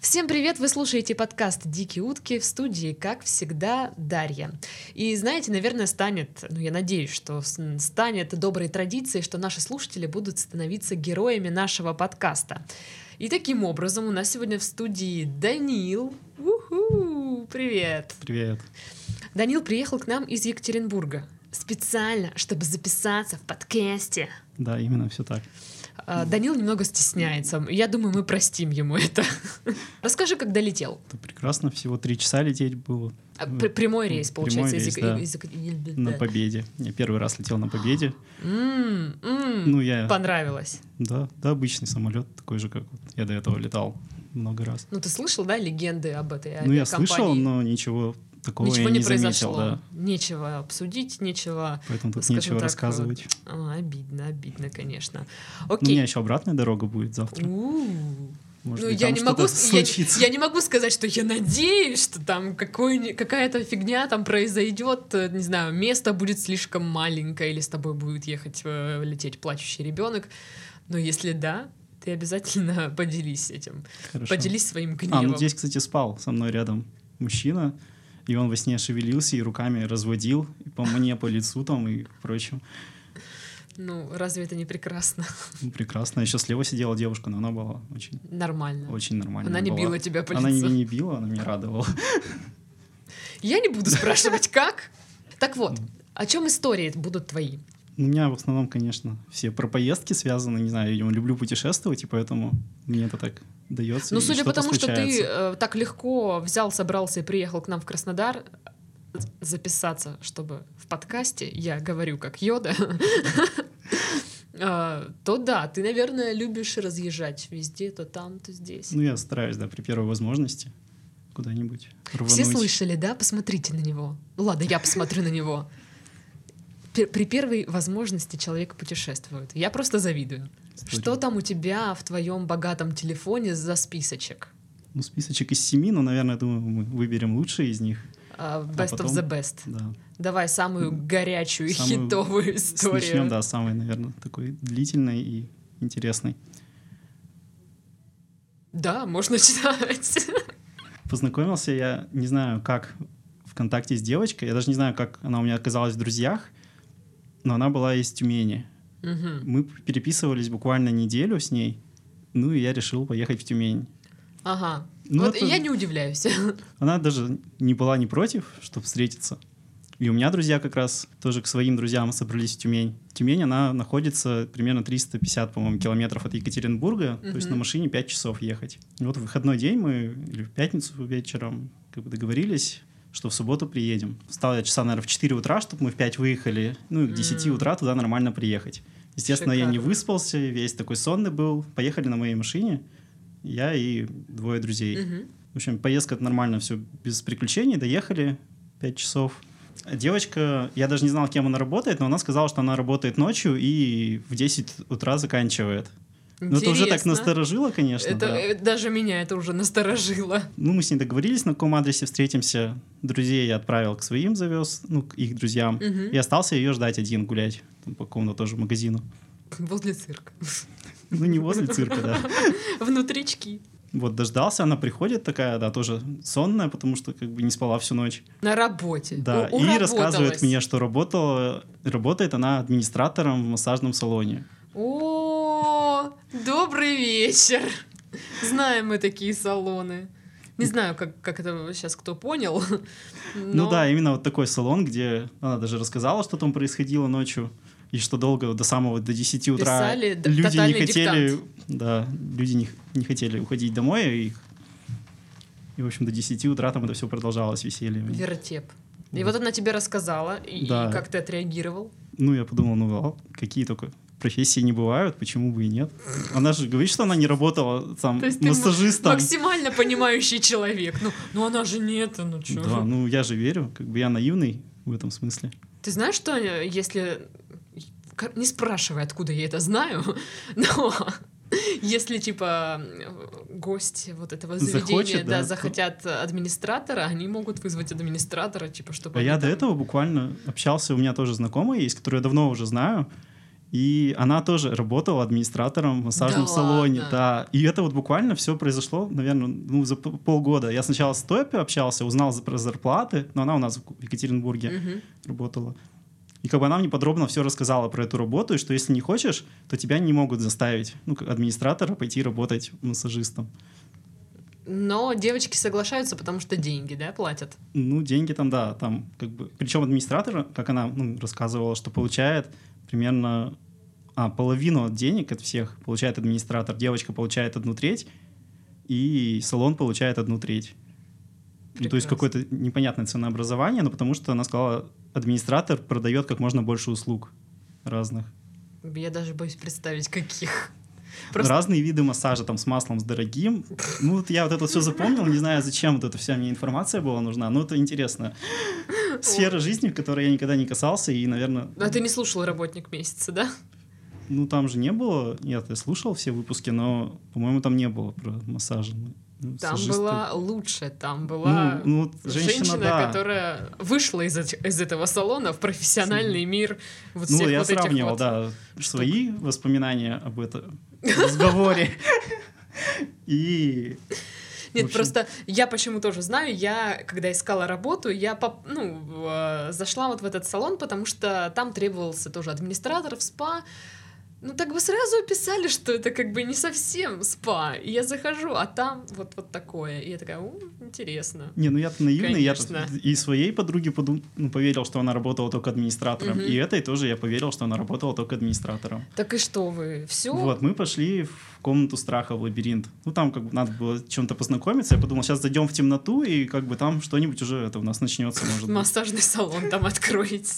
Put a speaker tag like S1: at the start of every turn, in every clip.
S1: Всем привет! Вы слушаете подкаст «Дикие утки» в студии, как всегда, Дарья. И знаете, наверное, станет, ну я надеюсь, что с- станет доброй традицией, что наши слушатели будут становиться героями нашего подкаста. И таким образом у нас сегодня в студии Данил. Уху! Привет!
S2: Привет.
S1: Данил приехал к нам из Екатеринбурга специально, чтобы записаться в подкасте.
S2: Да, именно все так.
S1: А, Данил немного стесняется. Я думаю, мы простим ему это. Расскажи, как долетел.
S2: Это прекрасно. Всего три часа лететь было
S1: А,
S2: Ну,
S1: пр- прямой рейс,
S2: прямой
S1: получается, э, из
S2: рейс,
S1: Ека-
S2: да. Ну,
S1: из Ека- да.
S2: на победе. Я первый раз летел на победе.
S1: М, м,
S2: Ну, я.
S1: Понравилось.
S2: Да, да, обычный самолет, такой же, как вот я до этого летал много раз.
S1: Ну, ты слышал, да, легенды об этой
S2: ну, я
S1: авиакомпании?
S2: слышал, но ничего такого
S1: Ничего
S2: я не,
S1: не произошло.
S2: заметил, да.
S1: Нечего обсудить, нечего.
S2: Поэтому тут
S1: Скажем
S2: нечего
S1: так, э,
S2: рассказывать.
S1: А, обидно, обидно, конечно.
S2: Ну, у меня
S1: Окей.
S2: еще обратная дорога будет завтра.
S1: У.
S2: Может
S1: ну,
S2: быть,
S1: я
S2: там
S1: не, могу,
S2: что-то
S1: с- я,
S2: случится.
S1: я не могу сказать, что я надеюсь, что там какой, какая-то фигня там произойдет, э, не знаю, место будет слишком маленькое, или с тобой будет ехать, э, лететь плачущий ребенок. Но если да, ты обязательно поделись этим.
S2: Хорошо.
S1: Поделись своим
S2: А,
S1: гневом.
S2: ну здесь, кстати, спал со мной рядом мужчина, и он во сне шевелился и руками разводил и по мне, по лицу там и прочим.
S1: Ну, разве это не прекрасно?
S2: Ну, Прекрасно. Еще слева сидела девушка, но она была очень,
S1: Нормально.
S2: очень нормальная.
S1: Она не
S2: была.
S1: била тебя по
S2: Она
S1: лицу.
S2: меня не била, она меня радовала.
S1: Я не буду спрашивать, как. Так вот, о чем истории будут твои?
S2: У меня в основном, конечно, все про поездки связаны. Не знаю, я видимо, люблю путешествовать, и поэтому мне это так дается.
S1: Ну,
S2: и
S1: судя по
S2: что-то
S1: тому, что ты
S2: случается.
S1: э, так легко взял, собрался и приехал к нам в Краснодар записаться, чтобы в подкасте я говорю как Йода, э, то да, ты, наверное, любишь разъезжать везде, то там, то здесь.
S2: Ну, я стараюсь, да, при первой возможности куда-нибудь рвануть.
S1: Все слышали, да? Посмотрите на него. Ну ладно, я посмотрю на него. Пер- При первой возможности человек путешествует. Я просто завидую.
S2: Кстати,
S1: Что там у тебя в твоем богатом телефоне за списочек?
S2: Ну, списочек из семи, но, наверное, думаю, мы выберем лучшие из них.
S1: А, Best
S2: потом-
S1: of the best.
S2: Да.
S1: Давай самую горячую
S2: Самую-
S1: хитовую
S2: С-
S1: историю.
S2: Начнем, да, с самой, наверное, такой длительной и интересной.
S1: Да, можно читать.
S2: Познакомился я, не знаю, как ВКонтакте с девочкой. Я даже не знаю, как она у меня оказалась в друзьях, но она была из Тюмени.
S1: Мгм.
S2: Мы переписывались буквально неделю с ней, ну и я решил поехать в Тюмень.
S1: Ага.
S2: Ну,
S1: вот
S2: это-
S1: я не удивляюсь.
S2: Она даже не была не против, чтобы встретиться. И у меня друзья как раз тоже к своим друзьям собрались в Тюмень. Тюмень, она находится примерно 350, по-моему, километров от Екатеринбурга, то есть
S1: Мгм.
S2: на машине 5 часов ехать. И вот в выходной день мы, или в пятницу вечером, как бы договорились, что в субботу приедем. Встал я часа, наверное, в 4 утра, чтобы мы в 5 выехали, ну и к 10
S1: М.
S2: утра туда нормально приехать. Естественно, я не
S1: Шикарно.
S2: выспался, весь такой сонный был. Поехали на моей машине, я и двое друзей.
S1: Мгм.
S2: В общем, поездка нормально, все без приключений, доехали 5 часов. Девочка, я даже не знал, кем она работает, но она сказала, что она работает ночью и в 10 утра заканчивает. Но ну, это уже так
S1: Интересно.
S2: насторожило, конечно.
S1: Это
S2: да.
S1: э, даже меня это уже насторожило.
S2: Ну, мы с ней договорились, на каком адресе встретимся. Друзей я отправил к своим, завез, ну, к их друзьям.
S1: Мгм.
S2: И остался ее ждать один гулять там, по какому-то тоже магазину.
S1: Возле цирка.
S2: Ну, не возле цирка, да.
S1: Внутрички.
S2: Вот дождался, она приходит такая, да, тоже сонная, потому что как бы не спала всю ночь.
S1: На работе.
S2: Да,
S1: У-
S2: и
S1: уработалась.
S2: рассказывает мне, что работала, работает она администратором в массажном салоне.
S1: О, добрый вечер. Знаем мы такие салоны. Не знаю, как, как это сейчас кто понял.
S2: Ну
S1: но-
S2: да, именно вот такой салон, где она даже рассказала, что там происходило ночью, и что долго до самого до 10 утра
S1: Писали д-
S2: люди не
S1: тотальный
S2: хотели, да, люди не, х- не хотели уходить домой, и, и в общем до 10 утра там это все продолжалось веселье.
S1: Вертеп. И
S2: Вот.
S1: вот она тебе рассказала, и, и
S2: Да.
S1: как ты отреагировал.
S2: Ну я подумал, ну а, какие только профессии не бывают, почему бы и нет? Она же говорит, что она не работала там
S1: То есть ты м-
S2: массажистом.
S1: Максимально понимающий человек. Ну, ну она же не это, ну чё.
S2: Да, ну я же верю, как бы я наивный в этом смысле.
S1: Ты знаешь, что э, если... Кор- Не спрашивай, откуда я это знаю, но если, типа, э, гости вот этого заведения
S2: Захочет,
S1: да,
S2: да, то-
S1: захотят администратора, они могут вызвать администратора, типа, чтобы...
S2: А я
S1: они
S2: до
S1: там-
S2: этого буквально общался, у меня тоже знакомый есть, который я давно уже знаю, И она тоже работала администратором в массажном
S1: Да
S2: салоне,
S1: ладно?
S2: да. И это вот буквально все произошло, наверное, ну, за п- полгода. Я сначала с Топи общался, узнал за- про зарплаты, но она у нас в Екатеринбурге
S1: Мгм.
S2: работала. И как бы она мне подробно все рассказала про эту работу, и что если не хочешь, то тебя не могут заставить, ну, как администратора, пойти работать массажистом.
S1: Но девочки соглашаются, потому что деньги, да, платят.
S2: Ну, деньги там, да, там как бы... Причем администратор, как она ну, рассказывала, что получает примерно а, половину от денег от всех получает администратор. Девочка получает одну треть, и салон получает одну треть. Ну, то есть
S1: Прекрасно.
S2: какое-то непонятное ценообразование, но потому что она сказала, администратор продает как можно больше услуг разных.
S1: Я даже боюсь представить, каких. Просто-
S2: Разные виды массажа, там, с маслом, с дорогим. Ну, вот я вот это все запомнил, не знаю, зачем вот эта вся мне информация была нужна, но это интересно. Сфера жизни, в которой я никогда не касался, и, наверное,
S1: А ты не слушал работник месяца, да?
S2: ну, там же не было, я я слушал все выпуски, но, по-моему, там не было про массаж. Ну,
S1: Там
S2: массажисты.
S1: была лучше, там была
S2: Ну, ну, вот женщина,
S1: женщина,
S2: да.
S1: которая вышла из, эт- из этого салона в профессиональный мир вот
S2: Ну,
S1: всех
S2: я
S1: вот этих
S2: сравнивал,
S1: вот.
S2: да, свои воспоминания об этом разговоре. И
S1: Нет,
S2: В общем.
S1: просто я почему тоже знаю, я, когда искала работу, я поп- ну, в, э, зашла вот в этот салон, потому что там требовался тоже администратор в спа. Ну, так бы сразу описали, что это как бы не совсем спа. И я захожу, а там вот, вот такое. И я такая, «У, интересно.
S2: Не, ну я-то наивный, я
S1: Конечно.
S2: тут и своей подруге подум- ну, поверил, что она работала только администратором,
S1: Мгм.
S2: и этой тоже я поверил, что она работала только администратором.
S1: Так и что вы, все?
S2: Вот, мы пошли в комнату страха, в лабиринт. Ну, там как бы надо было чем-то познакомиться, я подумал, сейчас зайдем в темноту, и как бы там что-нибудь уже это у нас начнется, может быть.
S1: Массажный салон там откроете.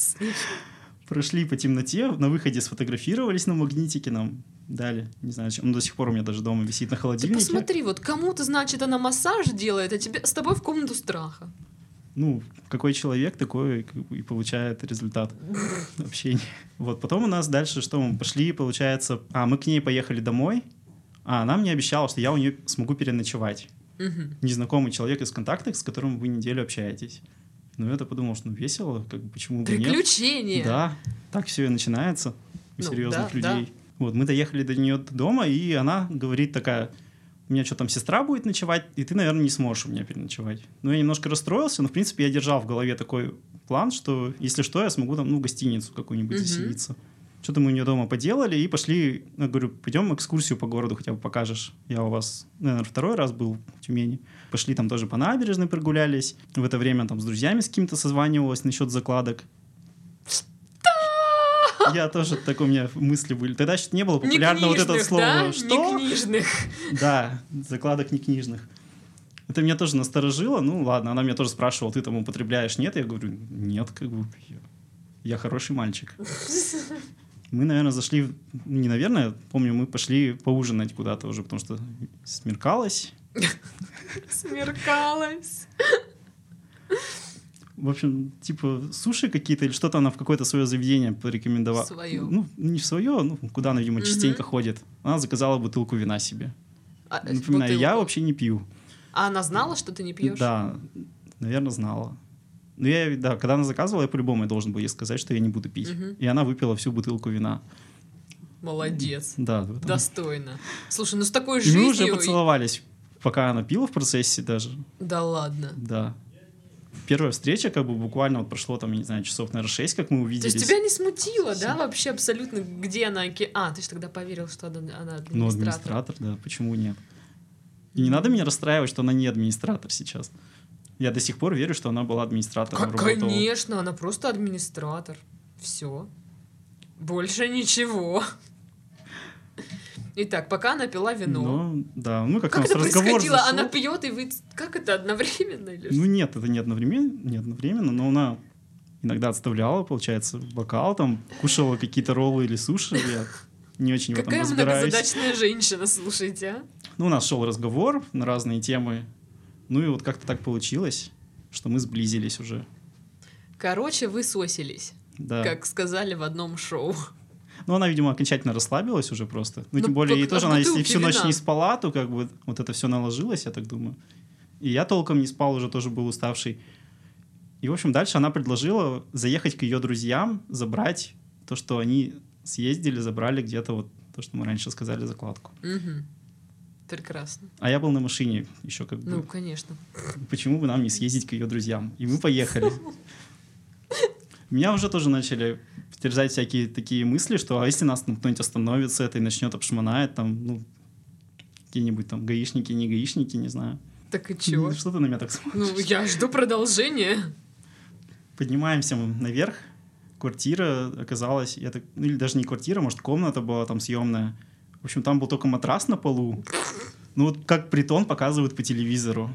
S2: Прошли по темноте, на выходе сфотографировались на магнитике нам, дали, не знаю, чем, он до сих пор у меня даже дома висит на
S1: Ты
S2: холодильнике.
S1: Типа, посмотри, вот кому-то, значит, она массаж делает, а тебе с тобой в комнату страха.
S2: ну, какой человек такой как бы, и получает результат общения. Вот, потом у нас дальше что, мы пошли, получается, а, мы к ней поехали домой, а она мне обещала, что я у нее смогу переночевать.
S1: Мгм.
S2: Незнакомый человек из контактов, с которым вы неделю общаетесь. Ну, я-то подумал, что ну, весело, как бы, почему бы нет.
S1: Приключения.
S2: Да, так все и начинается у
S1: Ну,
S2: серьезных
S1: да, да.
S2: людей. Вот, мы доехали до нее дома, и она говорит такая, у меня что там сестра будет ночевать, и ты, наверное, не сможешь у меня переночевать. Ну, я немножко расстроился, но, в принципе, я держал в голове такой план, что, если что, я смогу там, ну, в гостиницу какую-нибудь
S1: Мгм.
S2: заселиться. Что-то мы у нее дома поделали и пошли, ну, я говорю, пойдем экскурсию по городу хотя бы покажешь. Я у вас, наверное, второй раз был в Тюмени. Пошли там тоже по набережной прогулялись. В это время там с друзьями с кем-то созванивалась насчет закладок. Я тоже так у меня мысли были. Тогда еще не было
S1: Не
S2: популярно вот это
S1: книжных,
S2: слово.
S1: да?
S2: Что?
S1: Не книжных.
S2: Да, закладок не книжных. Это меня тоже насторожило. Ну ладно, она меня тоже спрашивала, ты там употребляешь? Нет, я говорю, нет, как бы я, я хороший мальчик. Мы, наверное, зашли, в- ну, не наверное, помню, мы пошли поужинать куда-то уже, потому что смеркалось.
S1: Смеркалась.
S2: В общем, типа суши какие-то или что-то она в какое-то свое заведение порекомендовала.
S1: В своё.
S2: Ну, не в свое, ну, куда она, видимо,
S1: Мгм.
S2: частенько ходит. Она заказала бутылку вина себе.
S1: А, э,
S2: Напоминаю, я
S1: бутылку.
S2: вообще не пью.
S1: А она знала, что ты не пьешь?
S2: Да, наверное, знала. Ну, я, да, когда она заказывала, я по-любому должен был ей сказать, что я не буду пить.
S1: Мгм.
S2: И она выпила всю бутылку вина.
S1: Молодец.
S2: Да, в этом-
S1: Достойно. Слушай, ну с такой
S2: И
S1: жизнью...
S2: мы уже поцеловались, пока она пила в процессе даже.
S1: Да ладно.
S2: Да. Первая встреча, как бы буквально вот прошло там, я не знаю, часов, наверное, 6, как мы
S1: То
S2: увиделись.
S1: есть тебя не смутило, да,
S2: Всё.
S1: вообще абсолютно, где она? оке- А, ты же тогда поверил, что она, она администратор.
S2: Ну, администратор, да, почему нет? И не надо меня расстраивать, что она не администратор сейчас. Я до сих пор верю, что она была администратором.
S1: К-
S2: работала.
S1: Конечно, она просто администратор. Все. Больше ничего. Итак, пока она пила вино.
S2: Ну, да, ну как,
S1: Как
S2: у нас
S1: это
S2: разговор
S1: происходило?
S2: зашел.
S1: Она пьет, и вы... Как это одновременно или
S2: Ну
S1: что?
S2: нет, это не одновременно, не одновременно, но она иногда отставляла, получается, бокал, там, кушала какие-то роллы или суши, я не очень в этом
S1: Какая
S2: разбираюсь.
S1: многозадачная женщина, слушайте, а?
S2: Ну, у нас шел разговор на разные темы, ну и вот как-то так получилось, что мы сблизились уже.
S1: Короче, вы сосились,
S2: Да.
S1: как сказали в одном шоу.
S2: Ну, она, видимо, окончательно расслабилась уже просто. Ну,
S1: Ну,
S2: тем более,
S1: пок-
S2: ей тоже
S1: от
S2: она, если
S1: бутылки
S2: всю ночь
S1: вина.
S2: не спала, то как бы вот это все наложилось, я так думаю. И я толком не спал, уже тоже был уставший. И, в общем, дальше она предложила заехать к ее друзьям, забрать то, что они съездили, забрали где-то вот то, что мы раньше сказали, закладку.
S1: Мгм. Прекрасно.
S2: А я был на машине еще как бы.
S1: Ну, конечно.
S2: почему бы нам не съездить к ее друзьям? И мы поехали. Меня уже тоже начали терзать всякие такие мысли, что а если нас там кто-нибудь остановится, это и начнет обшмонать, там, ну, какие-нибудь там гаишники, не гаишники, не знаю.
S1: Так и чего?
S2: Что ты на меня так смотришь?
S1: Ну, я жду продолжения.
S2: Поднимаемся мы наверх, квартира оказалась, я так, ну, или даже не квартира, может, комната была там съемная. В общем, там был только матрас на полу. Ну, вот как притон показывают по телевизору.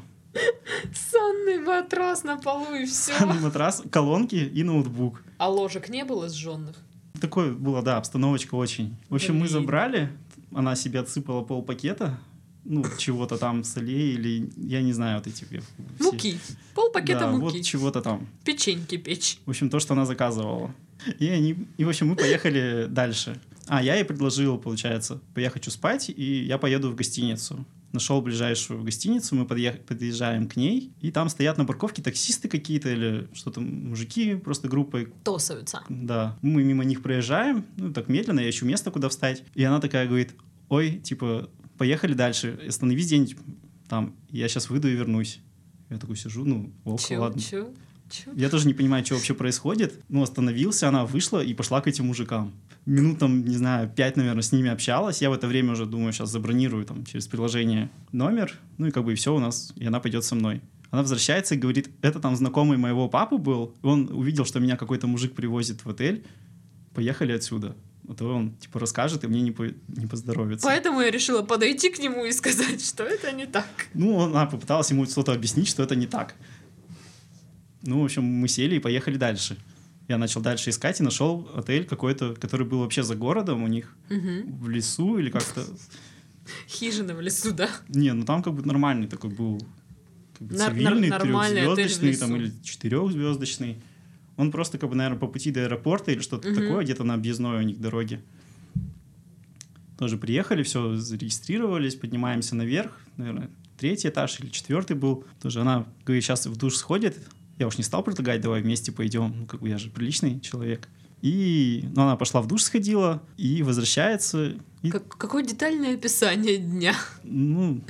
S1: Санный матрас на полу и все.
S2: Матрас, колонки и ноутбук.
S1: А ложек не было сжженных?
S2: Такой была, да, обстановочка очень. В общем, мы
S1: Блин.
S2: забрали, она себе отсыпала полпакета, ну, чего-то там, солей или, я не знаю, вот эти... все-
S1: Муки. Пол пакета
S2: Да,
S1: муки.
S2: вот чего-то там.
S1: Печеньки печь.
S2: В общем, то, что она заказывала. И они... И, в общем, мы поехали дальше. А, я ей предложил, получается, я хочу спать, и я поеду в гостиницу. Нашел ближайшую гостиницу, мы подъех- подъезжаем к ней, и там стоят на парковке таксисты какие-то или что-то мужики просто группой
S1: Тосаются.
S2: да. Мы мимо них проезжаем, ну, так медленно, я ищу место, куда встать. И она такая говорит, ой, типа, поехали дальше, остановись где-нибудь там, я сейчас выйду и вернусь. Я такой сижу, ну, ок,
S1: Чё,
S2: ладно.
S1: чё, чё?
S2: Я тоже не понимаю, что вообще происходит. Ну, остановился, она вышла и пошла к этим мужикам. Минут там, не знаю, пять, наверное, с ними общалась. Я в это время уже думаю, сейчас забронирую там через приложение номер. Ну и как бы и все у нас, и она пойдет со мной. Она возвращается и говорит, это там знакомый моего папы был. Он увидел, что меня какой-то мужик привозит в отель. Поехали отсюда. А то он, типа, расскажет, и мне не, по- не поздоровится.
S1: Поэтому я решила подойти к нему и сказать, что это не так.
S2: Ну, она попыталась ему что-то объяснить, что это не так. Ну, в общем, мы сели и поехали дальше. Я начал дальше искать и нашел отель какой-то, который был вообще за городом у них,
S1: Мгм.
S2: в лесу или как-то...
S1: Хижина в лесу, да?
S2: Не, ну там как бы нормальный такой был, как бы
S1: Нар- нар-
S2: цивильный,
S1: нормальный отель в
S2: трехзвездочный там,
S1: лесу.
S2: или четырехзвездочный. Он просто как бы, наверное, по пути до аэропорта или что-то
S1: Мгм.
S2: такое, где-то на объездной у них дороге. Тоже приехали, все, зарегистрировались, поднимаемся наверх, наверное, третий этаж или четвертый был. Тоже она говорит, сейчас в душ сходит. Я уж не стал предлагать, давай вместе пойдем. Ну, как бы я же приличный человек. И ну, она пошла в душ сходила и возвращается. И,
S1: Как- какое детальное описание дня.
S2: ну,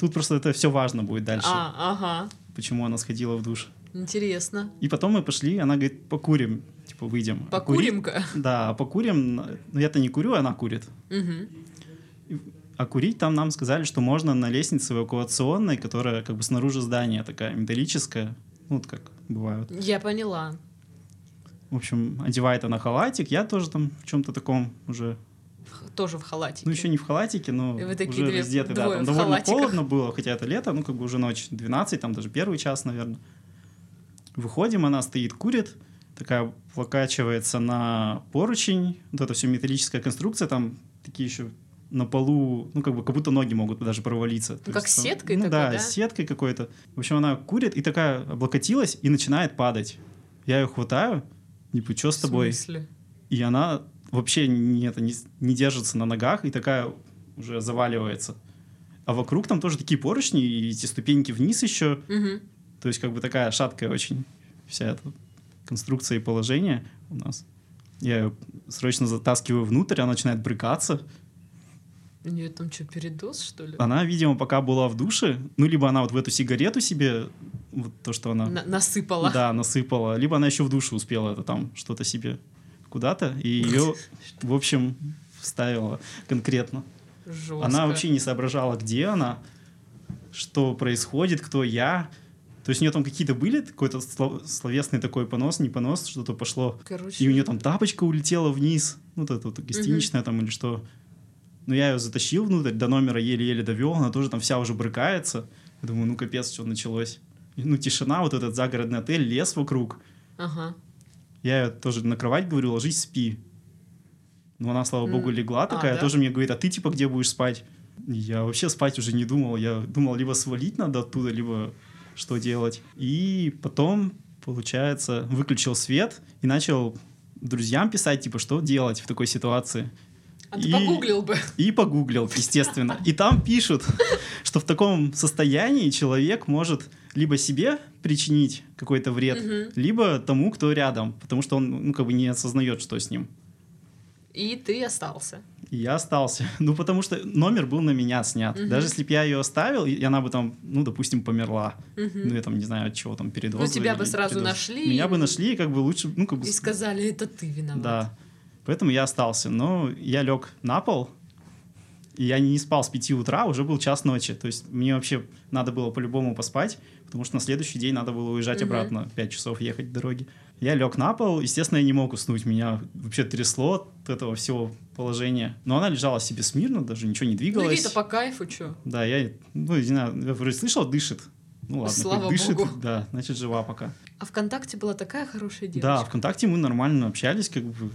S2: тут просто это все важно будет дальше
S1: А, ага.
S2: почему она сходила в душ.
S1: Интересно.
S2: И потом мы пошли, она говорит, покурим, типа, выйдем. А курить-
S1: Покурим-ка.
S2: Да, а покурим, но я-то не курю, она курит.
S1: Мгм.
S2: А курить там нам сказали, что можно на лестнице эвакуационной, которая как бы снаружи здания такая, металлическая, ну, вот как бывают.
S1: Я поняла.
S2: В общем, одевает она халатик, я тоже там в чем-то таком уже,
S1: Х- Тоже в халатике.
S2: ну, еще не в халатике, но
S1: И вы такие
S2: уже
S1: две-
S2: раздеты, да,
S1: двое
S2: там
S1: в
S2: довольно
S1: халатиках.
S2: холодно было, хотя это лето, ну, как бы уже ночь, 12, там даже первый час, наверное. Выходим, она стоит, курит, такая покачивается на поручень, вот эта все металлическая конструкция, там такие еще на полу, ну, как бы, как будто ноги могут даже провалиться. То
S1: как
S2: есть там-
S1: сеткой
S2: ну,
S1: такой, да?
S2: да, с сеткой какой-то. В общем, она курит и такая облокотилась и начинает падать. Я ее хватаю, типа, что с
S1: В
S2: тобой?
S1: смысле?
S2: И она вообще не, это, не, с- не держится на ногах и такая уже заваливается. А вокруг там тоже такие поручни и эти ступеньки вниз еще.
S1: Мгм.
S2: То есть как бы такая шаткая очень вся эта конструкция и положение у нас. Я ее срочно затаскиваю внутрь, она начинает брыкаться.
S1: У нее там что, передоз, что ли?
S2: Она, видимо, пока была в душе, ну, либо она вот в эту сигарету себе, вот то, что она...
S1: На- насыпала.
S2: Да, насыпала. Либо она еще в душе успела это там что-то себе куда-то, и ее, в общем, вставила конкретно.
S1: Жестко.
S2: Она вообще не соображала, где она, что происходит, кто я. То есть у нее там какие-то были, какой-то сло- словесный такой понос, не понос, что-то пошло.
S1: Короче,
S2: И у нее там тапочка улетела вниз, ну, вот эта вот гостиничная там или что. Но я ее затащил внутрь, до номера еле-еле довел, она тоже там вся уже брыкается. Я думаю, ну капец, что началось. И, ну, тишина, вот этот загородный отель, лес вокруг.
S1: ага.
S2: Я ее тоже на кровать говорю, ложись, спи. Но она, слава
S1: М.
S2: богу, легла
S1: А,
S2: такая,
S1: да?
S2: тоже мне говорит, а ты типа где будешь спать? Я вообще спать уже не думал, я думал, либо свалить надо оттуда, либо что делать. И потом, получается, выключил свет и начал друзьям писать, типа, что делать в такой ситуации.
S1: А ты
S2: И-
S1: погуглил бы.
S2: И погуглил, естественно. И там пишут, что в таком состоянии человек может либо себе причинить какой-то вред,
S1: Мгм.
S2: либо тому, кто рядом, потому что он, ну, как бы не осознает, что с ним.
S1: И ты остался.
S2: И я остался. Ну, потому что номер был на меня снят.
S1: Мгм.
S2: Даже если бы я ее оставил, и она бы там, ну, допустим, померла.
S1: Мгм.
S2: Ну, я там не знаю, от чего там передоза.
S1: Ну, тебя бы
S2: или
S1: сразу
S2: передоз.
S1: нашли.
S2: Меня бы нашли, и как бы лучше, ну, как бы...
S1: И сказали, это ты виноват.
S2: Да. Поэтому я остался. Но я лег на пол, и я не спал с 5 утра, а уже был час ночи. То есть мне вообще надо было по-любому поспать, потому что на следующий день надо было уезжать
S1: Мгм.
S2: обратно, 5 часов ехать дороги. Я лег на пол, естественно, я не мог уснуть, меня вообще трясло от этого всего положения. Но она лежала себе смирно, даже ничего не
S1: Ну,
S2: двигалась.
S1: Вита по кайфу, чё?
S2: Да, я, ну, не знаю, я вроде слышал, дышит. Ну ладно,
S1: Слава
S2: хоть дышит,
S1: богу.
S2: да, значит, жива пока.
S1: А ВКонтакте была такая хорошая
S2: Да,
S1: девочка.
S2: ВКонтакте мы нормально общались, как бы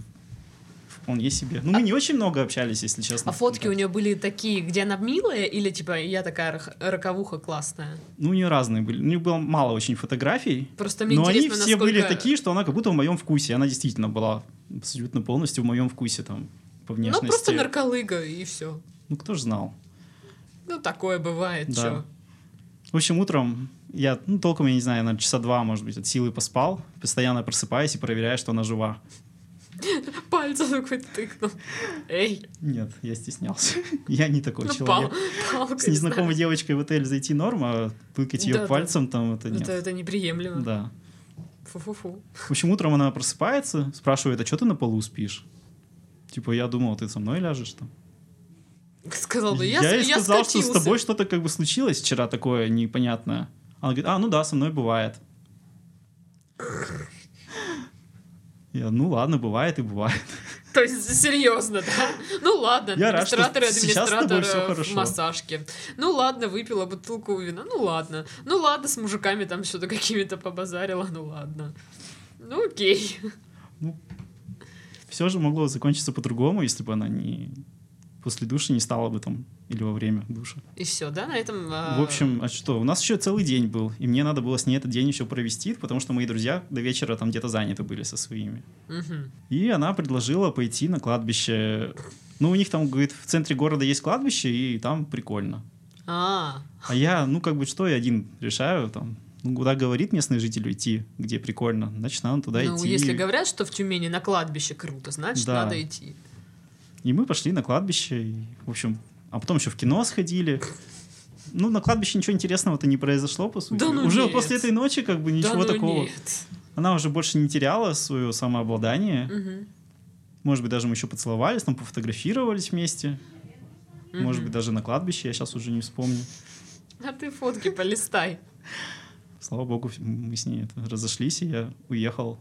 S2: вполне себе. Ну, мы не очень много общались, если честно.
S1: А фотки у
S2: ВКонтакте.
S1: нее были такие, где она милая или типа я такая рох- роковуха классная?
S2: Ну, у нее разные были. У нее было мало очень фотографий.
S1: Просто мне
S2: Но они
S1: интересно,
S2: все были
S1: насколько-
S2: такие, что она как будто в моем вкусе. Она действительно была абсолютно полностью в моем вкусе там по
S1: Ну,
S2: внешности.
S1: просто нарколыга, и все.
S2: Ну, кто же знал.
S1: Ну, такое бывает,
S2: Да.
S1: чё.
S2: В общем, утром я, ну, толком, я не знаю, наверное, часа два, может быть, от силы поспал. Постоянно просыпаюсь и проверяю, что она жива.
S1: Пальцем такой тыкнул. Эй,
S2: Нет, я стеснялся. Я не такой
S1: ну,
S2: человек.
S1: пал- палка,
S2: С
S1: не
S2: незнакомой девочкой в отель зайти норма, а тыкать ее
S1: Да, да.
S2: пальцем там, это
S1: знаю.
S2: нет.
S1: Это, это неприемлемо.
S2: Да.
S1: Фу-фу-фу.
S2: В общем, утром она просыпается, спрашивает, а что ты на полу спишь? Типа, я думал, ты со мной ляжешь там.
S1: Сказал бы, Ну, я, с-
S2: ей
S1: я
S2: сказал, что с
S1: скатился.
S2: тобой что-то как бы случилось вчера такое непонятное. Она говорит, а, ну да, со мной бывает. Я, ну ладно, бывает и бывает.
S1: То есть, серьезно, да? Ну ладно,
S2: Я рад, что
S1: администраторы,
S2: сейчас с тобой
S1: администраторы
S2: всё
S1: э, в
S2: хорошо.
S1: массажке. Ну ладно, выпила бутылку вина, ну ладно. Ну ладно, с мужиками там что-то какими-то побазарила, ну ладно. Ну окей.
S2: Все же могло закончиться по-другому, если бы она не после души не стала бы там или во время душа.
S1: И все, да, на этом... а,
S2: В общем, а что? У нас еще целый день был, и мне надо было с ней этот день еще провести, потому что мои друзья до вечера там где-то заняты были со своими.
S1: мгм.
S2: И она предложила пойти на кладбище. Ну, у них там, говорит, в центре города есть кладбище, и там прикольно.
S1: А,
S2: А я, ну, как бы что, я один решаю там. Ну, куда говорит местный житель идти, где прикольно, значит, надо туда
S1: ну
S2: идти.
S1: если говорят, что в Тюмени на кладбище круто, значит,
S2: Да.
S1: надо идти.
S2: И мы пошли на кладбище, и, в общем, а потом еще в кино сходили. Ну, на кладбище ничего интересного-то не произошло, по сути.
S1: Да ну
S2: Уже
S1: нет.
S2: после этой ночи как бы ничего
S1: да, ну
S2: такого.
S1: нет.
S2: Она уже больше не теряла свое самообладание.
S1: Мгм.
S2: Может быть, даже мы еще поцеловались, там пофотографировались вместе. Может
S1: Мгм.
S2: быть, даже на кладбище, я сейчас уже не вспомню.
S1: А ты фотки полистай.
S2: Слава богу, мы с ней это разошлись, и я уехал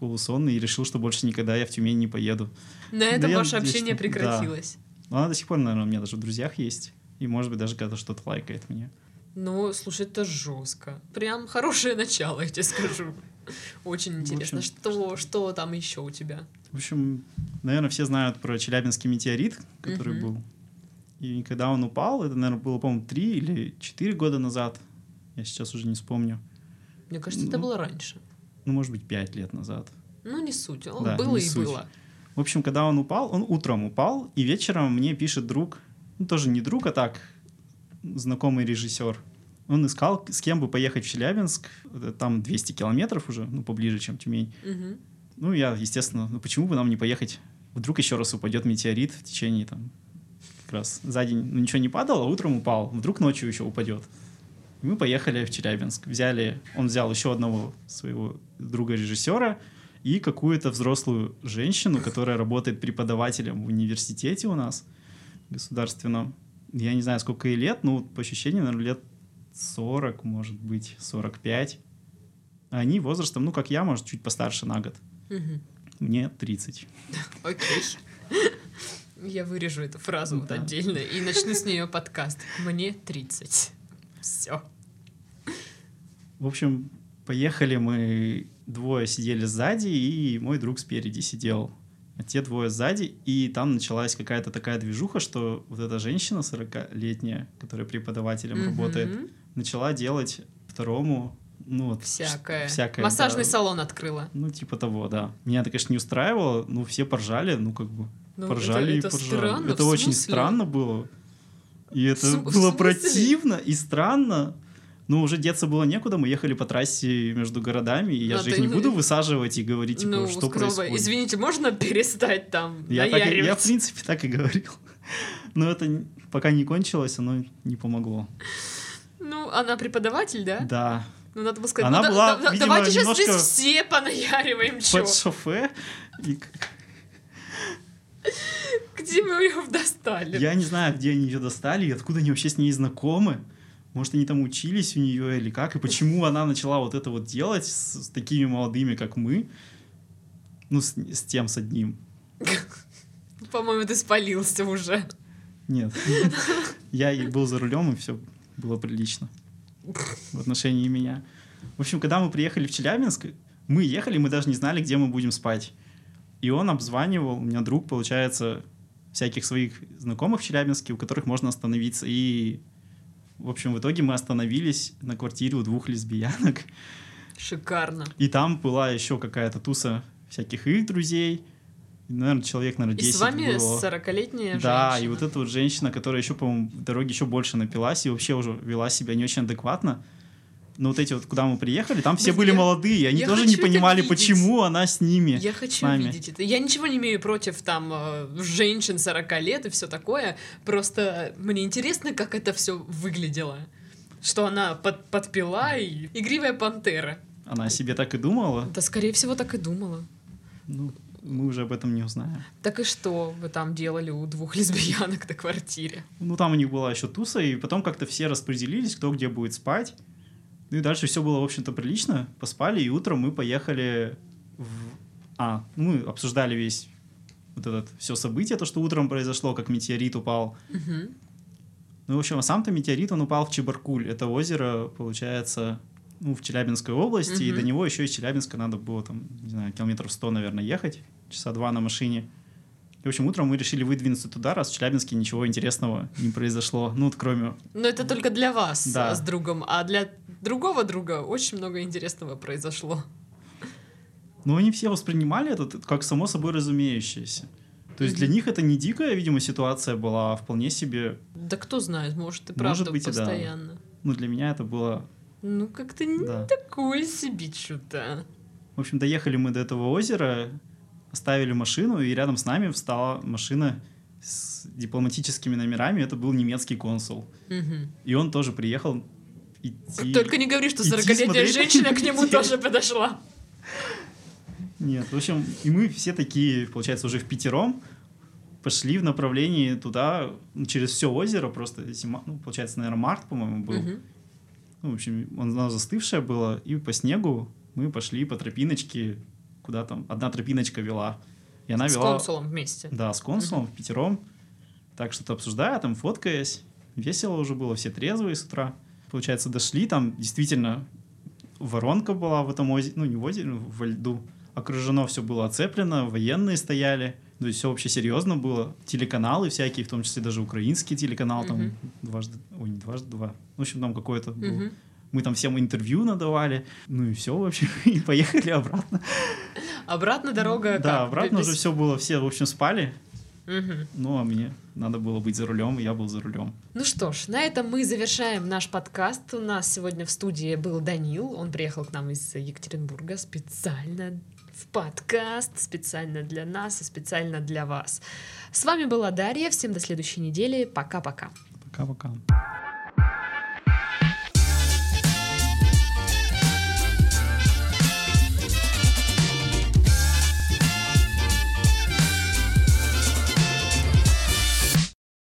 S2: полусонный и решил, что больше никогда я в Тюмень не поеду.
S1: На этом
S2: я
S1: ваше
S2: надеюсь,
S1: общение
S2: что- да.
S1: прекратилось.
S2: Но она до сих пор, наверное, у меня даже в друзьях есть. И, может быть, даже когда-то что-то лайкает мне.
S1: Ну, слушай, это жестко. Прям хорошее начало, я тебе скажу. Очень
S2: В
S1: интересно,
S2: общем,
S1: что, что там еще у тебя?
S2: В общем, наверное, все знают про Челябинский метеорит, который
S1: Мгм.
S2: был. И когда он упал, это, наверное, было, по-моему, три или четыре года назад. Я сейчас уже не вспомню.
S1: Мне кажется, это
S2: Ну.
S1: было раньше.
S2: Ну, может быть, пять лет назад.
S1: Ну, не суть. О,
S2: Да,
S1: было
S2: не
S1: и
S2: суть.
S1: было.
S2: В общем, когда он упал, он утром упал, и вечером мне пишет друг, ну тоже не друг, а так, знакомый режиссер. Он искал, с кем бы поехать в Челябинск, Это там 200 километров уже, ну, поближе, чем Тюмень.
S1: Мгм.
S2: Ну, я, естественно, ну почему бы нам не поехать? Вдруг еще раз упадет метеорит в течение там как раз за день, ну, ничего не падало, а утром упал, вдруг ночью еще упадет. И мы поехали в Челябинск, взяли, он взял еще одного своего друга режиссера и какую-то взрослую женщину, которая работает преподавателем в университете у нас государственном. Я не знаю, сколько ей лет, но вот по ощущениям, наверное, лет 40, может быть, 45. А Они возрастом, ну, как я, может, чуть постарше на год.
S1: Мгм.
S2: Мне 30.
S1: Окей. Я вырежу эту фразу вот
S2: Да.
S1: отдельно и начну с нее подкаст. Мне 30. Все.
S2: В общем, поехали мы, двое сидели сзади, и мой друг спереди сидел. А те двое сзади, и там началась какая-то такая движуха, что вот эта женщина 40-летняя, которая преподавателем работает, начала делать второму, ну вот... ш-
S1: Всякое.
S2: всякое,
S1: Массажный
S2: да.
S1: салон открыла.
S2: Ну, типа того, да. Меня это, конечно, не устраивало, ну, все поржали, ну, как бы,
S1: Ну,
S2: поржали
S1: это, это
S2: и поржали.
S1: странно.
S2: это
S1: в
S2: очень
S1: смысле?
S2: странно было. И это
S1: см- в
S2: было
S1: смысле?
S2: противно и странно. Ну, уже деться было некуда, мы ехали по трассе между городами, и я
S1: Ну,
S2: же
S1: ты-
S2: их не буду высаживать и говорить, типа,
S1: ну,
S2: что
S1: сказал бы,
S2: происходит.
S1: извините, можно перестать там
S2: Я, так и- я, в
S1: наяривать?»
S2: принципе, так и говорил. Но это н- пока не кончилось, оно не помогло.
S1: Ну, она преподаватель, да?
S2: Да.
S1: Ну, надо было сказать,
S2: Она
S1: ну, да-
S2: была,
S1: да- да-
S2: видимо,
S1: давайте сейчас
S2: немножко-
S1: здесь все понаяриваем, чё?
S2: Под шофе. И к-
S1: Где мы ее достали?
S2: я не знаю, где они ее достали и откуда они вообще с ней знакомы. Может, они там учились у нее или как, и почему она начала вот это вот делать с, с такими молодыми, как мы. Ну, с, с тем, с одним.
S1: По-моему, ты спалился уже.
S2: Нет. Я и был за рулем, и все было прилично в отношении меня. В общем, когда мы приехали в Челябинск, мы ехали, мы даже не знали, где мы будем спать. И он обзванивал, у меня друг, получается, всяких своих знакомых в Челябинске, у которых можно остановиться. И, в общем, в итоге мы остановились на квартире у двух лесбиянок.
S1: Шикарно.
S2: И там была еще какая-то туса всяких их друзей. Наверное, человек, наверное,
S1: И
S2: 10
S1: с вами
S2: было.
S1: 40-летняя
S2: Да,
S1: женщина.
S2: и вот эта вот женщина, которая еще, по-моему, в дороге еще больше напилась и вообще уже вела себя не очень адекватно. Но вот эти вот, куда мы приехали, там все
S1: Блин,
S2: были
S1: я-
S2: молодые, и они
S1: я
S2: тоже
S1: хочу
S2: не
S1: это
S2: понимали,
S1: видеть.
S2: почему она с ними.
S1: Я хочу
S2: нами.
S1: видеть это. Я ничего не имею против там э, женщин 40 лет и все такое. Просто мне интересно, как это все выглядело. Что она под- подпила и игривая пантера.
S2: Она о себе так и думала.
S1: Да, скорее всего, так и думала.
S2: Ну, мы уже об этом не узнаем.
S1: Так и что вы там делали у двух лесбиянок на квартире?
S2: Ну, там у них была еще туса, и потом как-то все распределились, кто где будет спать. Ну и дальше все было, в общем-то, прилично. Поспали, и утром мы поехали в... А, ну, мы обсуждали весь вот этот все событие, то, что утром произошло, как метеорит упал.
S1: Мгм.
S2: Ну, в общем, а сам-то метеорит, он упал в Чебаркуль. Это озеро, получается, ну, в Челябинской области, и
S1: Мгм.
S2: до него еще из Челябинска надо было, там, не знаю, километров 100, наверное, ехать, часа два на машине. И, в общем, утром мы решили выдвинуться туда, раз в Челябинске ничего интересного не произошло. Ну, вот кроме...
S1: Но это только для вас
S2: Да.
S1: а, с другом, а для другого друга очень много интересного произошло.
S2: Но ну, они все воспринимали это как само собой разумеющееся. То есть для
S1: Мгм.
S2: них это не дикая, видимо, ситуация была, а вполне себе...
S1: Да кто знает, может и
S2: Может
S1: правда
S2: быть, и да.
S1: постоянно.
S2: Ну, для меня это было...
S1: Ну как-то не
S2: Да.
S1: такое себе что-то.
S2: В общем, доехали мы до этого озера, оставили машину, и рядом с нами встала машина с дипломатическими номерами. Это был немецкий консул.
S1: Мгм.
S2: И он тоже приехал идти...
S1: Только не говори, что
S2: идти
S1: 40-летняя
S2: смотреть.
S1: женщина к нему
S2: Идти.
S1: тоже подошла.
S2: Нет, в общем, и мы все такие, получается, уже в пятером пошли в направлении туда, ну, через все озеро, просто зима, ну, получается, наверное, март, по-моему, был.
S1: Мгм.
S2: Ну, в общем, он- оно застывшее было, и по снегу мы пошли по тропиночке, куда там одна тропиночка вела. И она
S1: С
S2: вела...
S1: консулом вместе.
S2: Да, с консулом, в пятером. Так что-то обсуждая, там фоткаясь. Весело уже было, все трезвые с утра. Получается, дошли, там действительно воронка была в этом озере, ну не в озере, во льду. Окружено все было оцеплено, военные стояли. То есть все вообще серьезно было. Телеканалы всякие, в том числе даже украинский телеканал, там
S1: Мгм.
S2: дважды, ой, не дважды два. В общем, там какой-то был.
S1: Мгм.
S2: Мы там всем интервью надавали. Ну и все, в общем, и поехали обратно.
S1: Обратно дорога
S2: Да,
S1: как?
S2: обратно
S1: Без-
S2: уже все было, все, в общем, спали.
S1: Мгм.
S2: Ну, а мне надо было быть за рулем, и я был за рулем.
S1: Ну что ж, на этом мы завершаем наш подкаст. У нас сегодня в студии был Данил. Он приехал к нам из Екатеринбурга специально в подкаст, специально для нас и специально для вас. С вами была Дарья. Всем до следующей недели. Пока-пока.
S2: Пока-пока.